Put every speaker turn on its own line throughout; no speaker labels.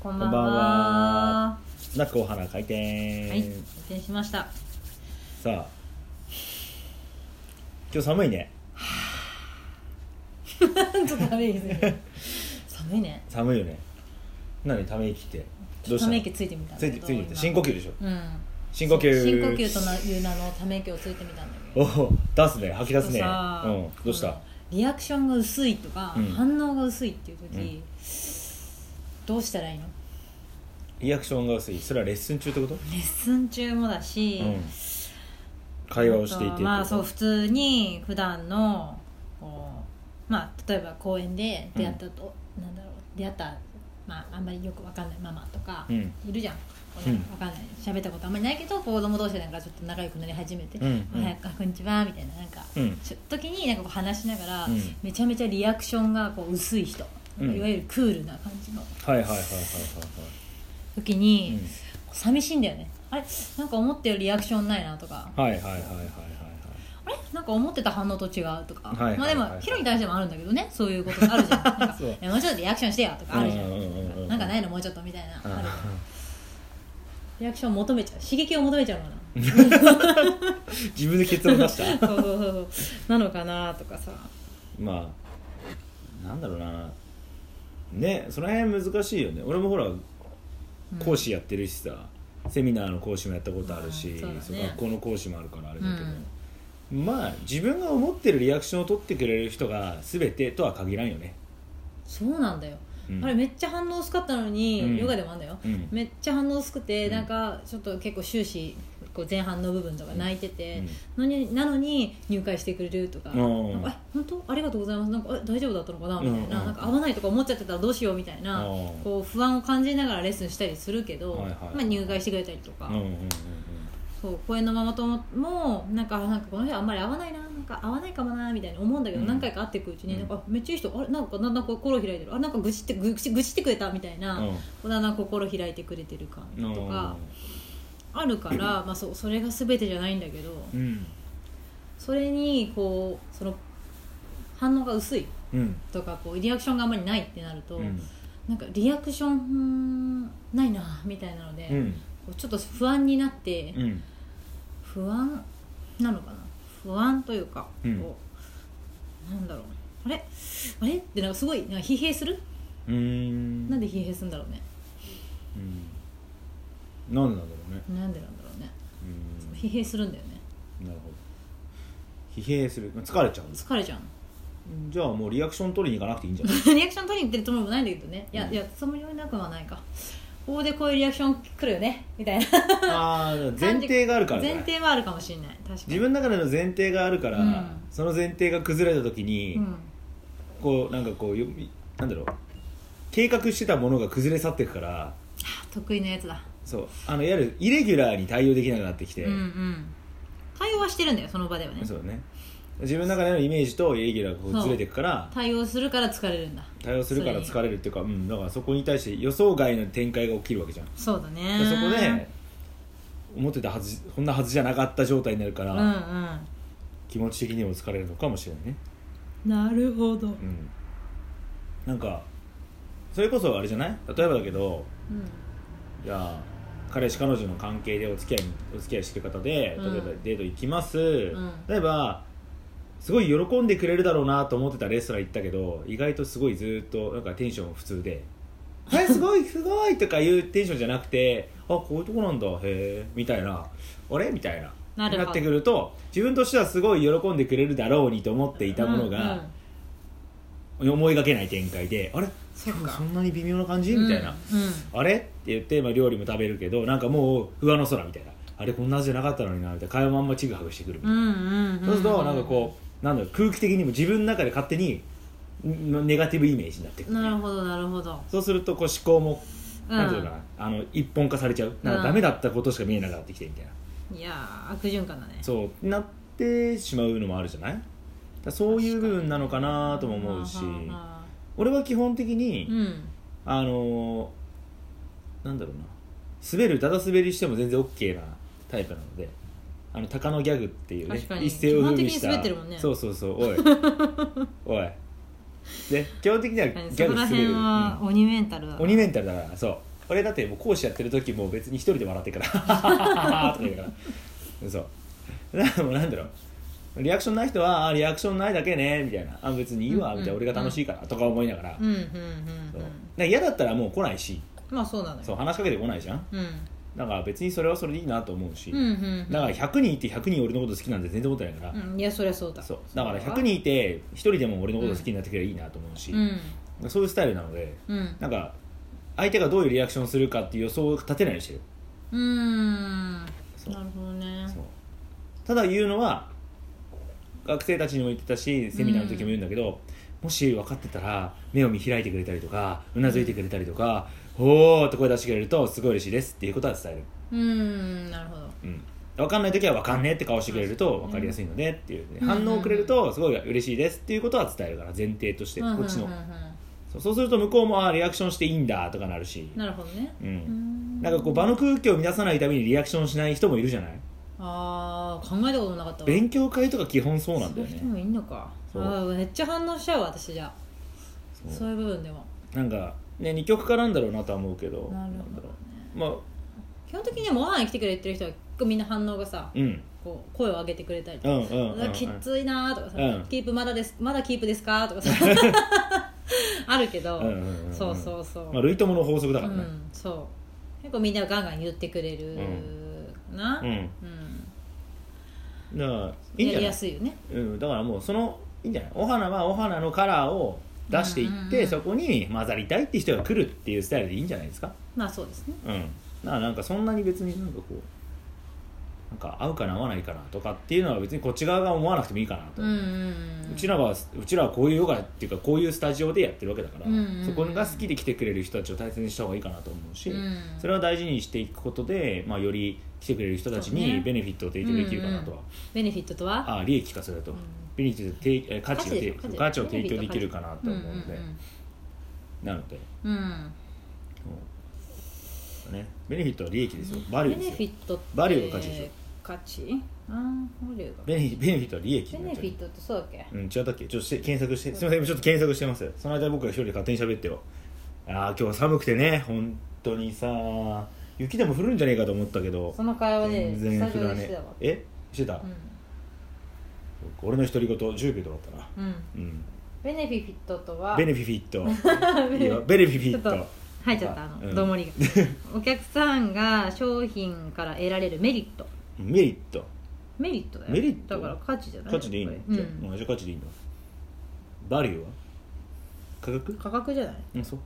こんばん
こんばん
は
は。なくお花開店、
はい、発見しま した。
さあ今日寒いね
ちょっとため息ついてる。 寒いね。
寒いよね何ため息ってどうした
た
の
め息ついてみたん
つ
だ
い
け
て
ど。
ついてて
今
深呼吸でしょ
うん。
深呼吸
深呼吸とないう名のため息をついてみたんだけど。
おお出すね吐き出すね
ち
う
ょっとさ
んどうし
こ
た
のリアクションが薄いとか、
うん
反応が薄いっていう時、
うん
どうしたらいいの
リアクションが薄いそれはレッスン中ってこと、
レッスン中もだし、
うん、会話をしていて
あ
っ
と
て
まあ
こと
そう普通に普段のこうまあ例えば公園で出会ったと、なんだろう出会ったまああんまりよくわかんないママとか
うん
いるじゃん、
うん
わかんない喋ったことあんまりないけど子供同士でなんかちょっと仲良くなり始めて「
うんうん
おはようあこんにちは」みたいななんか、
うん
ちょ時になんかこう話しながら、
うん
めちゃめちゃリアクションがこう薄い人、
うん
いわゆるクールな感じの
はいはいはいはいはい
時に、
うん
寂しいんだよねあれなんか思ったよりリアクションないなとか
はいはいはいはいはいはい
あれなんか思ってた反応と違うとか、
はいはいはい
まあでもヒロに対してもあるんだけどねそういうことあるじゃんなんか
そう
いやもうちょっとリアクションしてよとかあるじゃん,、
うんうんうんうんうん
なんかないのもうちょっとみたいな、あるじゃん
あ
リアクション求めちゃう刺激を求め ちゃうのかな
ー自分で結論出した
そうそうそうそうなのかなとかさ
まあなんだろうなねその辺難しいよね俺もほら講師やってるしさ、セミナーの講師もやったことあるし、
まあそうだね
そう学校の講師もあるからあれだけど、まあ自分が思ってるリアクションを取ってくれる人が全てとは限らんよね、
そうなんだよ、
うん
あれめっちゃ反応薄かったのに、
うん
ヨガでもあるんだよ、
うん
めっちゃ反応薄くて、
うん
なんかちょっと結構終始こう前半の部分とか泣いてて
うん、
のになのに入会してくれるとか「
うん
なんかえ本当ありがとうございます」なんかえ大丈夫だったのかなみたいな,、
うん
なんか合わないとか思っちゃってたらどうしようみたいな、
うん
こう不安を感じながらレッスンしたりするけど、
はいはい
まあ、入会してくれたりとか、
うんうんうんうん
そう公園のママ友もなんかあなんかこの人あんまり合わないななんか合わないかもなみたいな思うんだけど、
うん
何回か会っていくうちに、
うん
なんかあめっちゃいい人あれなんかなんだか心開いてるあなんか愚痴って愚痴愚痴ってくれたみたいな、
うん
こうだんだん心開いてくれてる感
うん
とか、あるから、まあ、そうそれが全てじゃないんだけど。
うん
それにこうその反応が薄い
うん
とかこうリアクションがあんまりないってなると、
うん
なんかリアクションうーんないなみたいなので、
う
こ
ん
うちょっと不安になって、
うん
不安なのかな不安というか、
うん
こうなんだろうあれあれってなんかすごいなんか疲弊する
うーん
なんで疲弊するんだろうね
うんなんなんだろうね
なんでなんだろうね
うん
疲弊するんだよね
なるほど疲弊するまあ疲れちゃうんです
疲れちゃうの
じゃあもうリアクション取りに行かなくていいんじゃない
リアクション取りに行ってるつもりもないんだけどねいや、
うん
いやつもりはなくはないかここでこういうリアクション来るよねみたいな
ああ前提があるから
前
ね
提はあるかもしれない確かに
自分の中での前提があるから、
うん
その前提が崩れた時に、
うん
こうなんかこうよなんだろう計画してたものが崩れ去っていくから
あ得意なやつだ
そうあのいわゆるイレギュラーに対応できなくなってきて、
うんうん対応はしてるんだよその場ではね
そうだね自分の中でのイメージとイレギュラーがこうずれていくから
対応するから疲れるんだ
対応するから疲れるっていうか、うん、だからそこに対して予想外の展開が起きるわけじゃん
そうだね
でそこで思ってたはずこんなはずじゃなかった状態になるから、
うんうん
気持ち的にも疲れるのかもしれないね
なるほど、
うんなんかそれこそあれじゃない例えばだけど
うん、
じゃあ彼氏彼女の関係でお付き合いにお付き合いしてる方で例えば
うん
デート行きます、
ん
例えばすごい喜んでくれるだろうなと思ってたレストラン行ったけど意外とすごいずっとなんかテンション普通 で「えすごいすごい!」とかいうテンションじゃなくて「あこういうとこなんだへえ」みたいな「あれ?」みたいな
なるほど
ってくると自分としてはすごい喜んでくれるだろうにと思っていたものが、
うんうん
思いがけない展開で「あれ
そっ
今
か
日そんなに微妙な感じ?」みたいな。
うんうん
あれって言って、まあ、料理も食べるけどなんかもう不安の空みたいなあれこんな味じゃなかったのになみたいな会話もあんまちぐはぐしてくるみたいな、
うんうん
そうするとなんかこうなんだろう空気的にも自分の中で勝手にんネガティブイメージになってくる
なるほどなるほど
そうするとこう思考も、
うん
なんていうのかなあの一本化されちゃうなん
う
か
ん
ダメだったことしか見えなくなってきてみたいな、
いやー悪循環だね
そうなってしまうのもあるじゃないだからそういう部分なのかなとも思うし
はあはあ
俺は基本的に、
うん
あのーなんだろうな滑るただ滑りしても全然 OK なタイプなのであの鷹のギャグっていうね
確かに
一世を風靡
基本
した
的に滑ってるもんね
そうそうそうお いおいで基本的にはギ
確かに
ャ
そこ
グ
ら
滑
辺
る、
は
う
鬼メンタルだ
ん鬼メンタルだからそう俺だってもう講師やってる時も別に一人で笑ってるからとか言うから そうだからもうなんだろうリアクションない人はあリアクションないだけねみたいなあ別にいいわみたいな、
うんうん
俺が楽しいからとか思いながら、
うんうんうん
そう
う
だか
ん
ら嫌だったらもう来ないし
まあそうなの
そ
よ
う話しかけてこないじゃん
うん
だから別にそれはそれでいいなと思うし、
うんうん
だから100人いて100人俺のこと好きなんて全然思ってないから、
うんいやそりゃそうだ
そうだから100人いて1人でも俺のこと好きになってくればいいなと思うし、
うん
そういうスタイルなので
うん
なんか相手がどういうリアクションするかっていう予想を立てないようにしてる
うーんな
そう
るほどね
そうただ言うのは学生たちにも言ってたしセミナーの時も言うんだけど、もし分かってたら目を見開いてくれたりとかうなずいてくれたりとか「おーって声出してくれるとすごい嬉しいですっていうことは伝える、
うーんなるほど
うん、分かんない時は分かんねえって顔してくれると分かりやすいのでっていうね、
うん
反応をくれるとすごい嬉しいですっていうことは伝えるから前提としてこっちの、
うんうんうんう
そうそうすると向こうもあーリアクションしていいんだとかなるし
んなるほどね
う
うんーん
なんかこう場の空気を乱さないためにリアクションしない人もいるじゃない
ああ考えたことなかったわ
勉強会とか基本そうなんだよ
そういう
ね
人もいんのかあ
そう
ーめっちゃ反応しちゃうわ私じゃ
そう
そういう部分でも
なんかね二極化なんだろうなとは思うけど
なる
ん
ほど
だろ
ね
うまあ
基本的にはもうご飯に来てくれてる人は結構みんな反応がさ
うん
こう声を上げてくれたりと
う
か
んうんうんう
うんわきっついなーとかさ、
うん
キープまだですまだキープですかーとか さあるけど、
うんうんうん
そうそうそう、
まあ類友の法則だ
う
からね
んそう結構みんなガンガン言ってくれるな
う、ん
うん
だからいいん
やり
じゃな
や
い
すいよね
うんだからもうそのいいんじゃないお花はお花のカラーを出してい
うん
っ
うんう
て
ん
そこに混ざりたいって人が来るっていうスタイルでいいんじゃないですか
まあそうですね
うんだからなんかそんなに別になんかこうなんか合うかな合わないかなとかっていうのは別にこっち側が思わなくてもいいかなと
うんうんうん
うちらはうちらはこういうヨガっていうかこういうスタジオでやってるわけだから、
うんうんうん
そこが好きで来てくれる人たちを大切にした方がいいかなと思うし、
うん
それは大事にしていくことで、まあ、より来てくれる人たち
そう
に
ね
ベネフィットを提供できるかなとは、
ベネフィットとは
ああ利益かそれと、
うん
ベネフィットで提え価値を提
価値でしょ
価値を提供できるかなと思うので、
うん
なので、
うんうん
うんね、ベネフィットは利益ですよバ
う
リ
ん
ュ
ベ
ー
ネ
です
フ
よ
ィットって
バリューが価値でしょ
価値あーバリューが
ベネフィベネフィットは利益
ベ
にな
ネ
っ
フ
て
ィ
る
ットってそうだっけ
うん、違ったっけちょっとして検索してすみませんちょっと検索してますその間僕が一人で勝手に喋ってよああ今日寒くてね本当にさ雪でも降るんじゃねえかと思ったけど
その会話ね
全然
スタ
降
ジオ
ら
でし
ね
てたわ
ええしてた、俺の独り言10秒で終わったな
うん、うん、
うん
ベネフィットとは
ベネ
フ
フィフィッ トいいよベネフィフィッ
ちょっ
ト
と入っちゃったあの、
うん
ども りがお客さんが商品から得られるメリット
メリット
メリットだよ
メリット
だから価値じゃない
価値でいいの
これ
じゃ
うん
あ、うん、じゃあ価値でいいのバリューは価格
価格じゃない
うんそう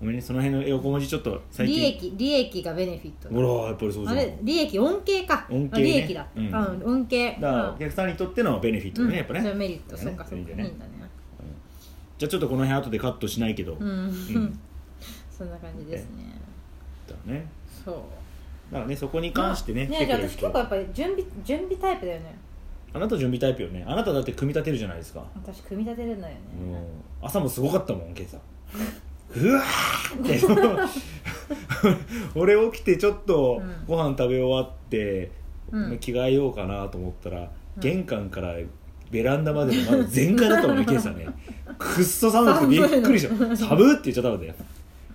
ごめんねその辺の横文字ちょっと最近
利益利益がベネフィットだ
ほらやっぱりそうじゃ
あ
ん
れ利益恩恵か
恩恵ね
あ利益だ、
うん
あ恩恵
だから
う
お
ん
客さんにとってのベネフィットだね、やっぱ
うんそれ
ね
メリット、
だ
そ
ね
っかそっ
いいん
か
だ
いいん
ね
だね
じゃあちょっとこの辺後でカットしないけど、
う
だ
んそんな感じですね
ね
そう
だからねそこに関してね,、
まあね
来てくれる
私
人
結構やっぱり準備準備タイプだよね
あなた準備タイプよねあなただって組み立てるじゃないですか、
私組み立てるのよね、
もう朝もすごかったもん今朝うわ ーって俺起きてちょっと
うん
ご飯食べ終わって、
うん
着替えようかなと思ったら、
うん
玄関からベランダまでのまだ全開だった もんね今朝ねくっそ寒くてびっくりした寒って言っちゃったので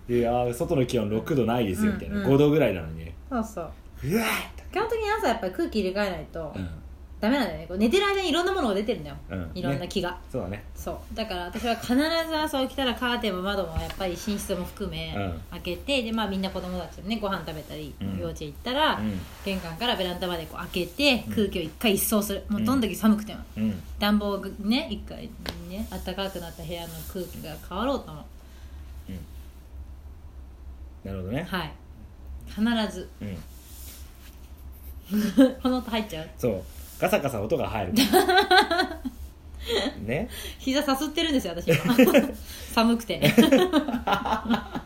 であー外の気温6度ないですよみたいな、
うんうん
5度ぐらいなのにね
そうそう
うわ
基本的に朝やっぱり空気入れ替えないと
ーうん
ダメなんだよねこう寝てる間にいろんなものが出てるんだよ、
うん
いろんな
ね
気が、
そうだね
そうだから私は必ず朝起きたらカーテンも窓もやっぱり寝室も含め
うん
開けて、でまあみんな子供たちもねご飯食べたり、
うん
幼稚園行ったら、
うん
玄関からベランダまでこう開けて
うん
空気を一回一掃する、もうどんだけ寒くても
うん
暖房がね一回ね暖かくなった部屋の空気が変わろうとも
なるほどね、
はい必ず
うん
この音入っちゃう
そうガサガサ音が入 るね
膝さすってるんですよ私 今寒くてね
あ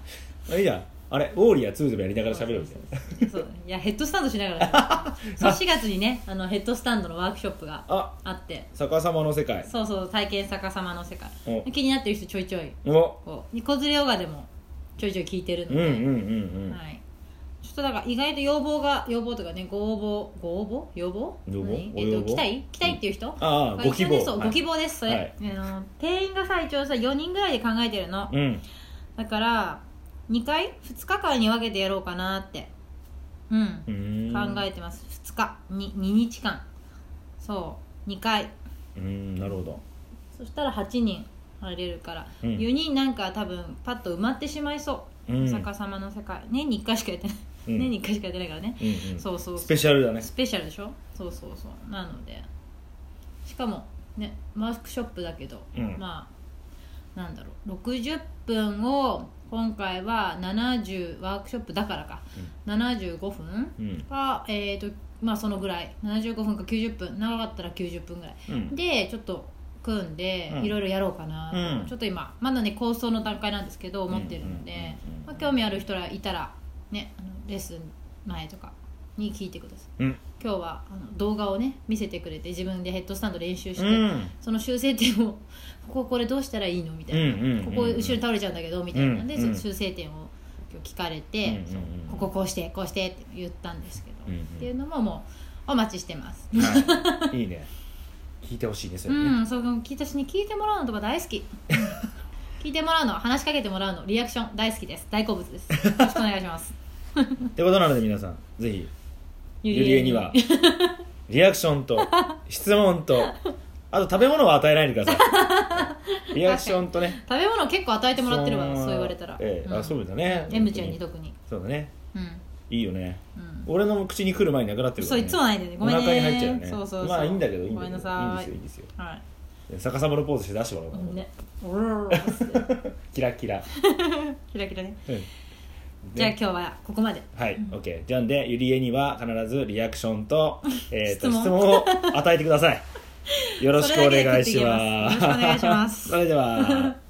いいじゃんあれウォーリアー2でもやりながら喋るみたいな
そういやヘッドスタンドしながら そう4月にねあのヘッドスタンドのワークショップが
あ
あって
逆さまの世界
そうそう体験逆さまの世界
お
気になってる人ちょいちょい
お
こう子連れヨガでもちょいちょい聞いてる
う
の
んうん
で、
うんうん、
はい、ちょっとだから意外と要望が要望とかねご応募ご応募要望
要望
何
ご
えっ
要
と
望
来たい来たいっていう人、
ああご希
一応
望
ねそう
はい
ご希望ですそれ、
はい
あの定員がさ一応さ4人ぐらいで考えてるの、
うん
だから2回2日間に分けてやろうかなってうん
うーん
考えてます2日に2日間そう2回
うーんなるほど
そしたら8人入れるから、
うん
4人なんか多分パッと埋まってしまいそうう、
ん
逆さまの世界年に1回しかやってない、
うん
年に1回しかやってないからね、
うんうん
そうそう
ス
そう
ペシャルだね
スペシャルでしょそうそうそうなのでしかもねワークショップだけど、
うん
まあなんだろう60分を今回は70ワークショップだからか、75分
うん
がえっ、とまあそのぐらい75分か90分長かったら90分ぐらい
うん
でちょっと組んで
うん
いろいろやろうかなと、
うん
ちょっと今まだね構想の段階なんですけど思ってるので、
うんうんうんうん
まあ、興味ある人らいたらねあのレッスン前とかに聞いてください
うん
今日はあの動画をね見せてくれて自分でヘッドスタンド練習して、
うん
その修正点をこここれどうしたらいいのみたいな、
うんうんうん
ここ後ろに倒れちゃうんだけどみたいなんで、
うんうん
その修正点を今日聞かれて、
うんうんうん
そうこここうしてこうしてって言ったんですけど、
うんうん
っていうのももうお待ちしてます。
はいいいね聞いてほしいですよ
う
ね
ん、そう聞いたしに聞いてもらうのとか大好 き聞いてもらうの話しかけてもらうのリアクション大好きです大好物ですよろしくお願いします
ってことなので皆さんぜひ
ゆ
ゆりえにはリアクションと 質問とあと食べ物は与えないでくださいリアクション とね
食べ物結構与えてもらってるわ
質
そ
問は
う言われたら、
ええあそうだね
M ちゃんに特に
そうだね
うん
いいよね
うん
俺の口に来る前になくなってるか
そう
ら
い
ね
つもないんだよねごめんね
お腹に入っちゃうよね
そうそうそう
まあいいんだけどいいん
ご
だ
めん
けど
なさ
い
い
いんですよいいん
はい
ですよ逆さまのポーズして出してもらおうか
う
な、
んねおろろろって
キラキラ、
キラキラね
うんね
じゃあ今日はここまで
はい、オッケーじゃあんでゆりえには必ずリアクション と,、えー
質
と
問
質問を与えてくださいよろしくお願いします
それだけで食っていけますよろしくお願いします
それでは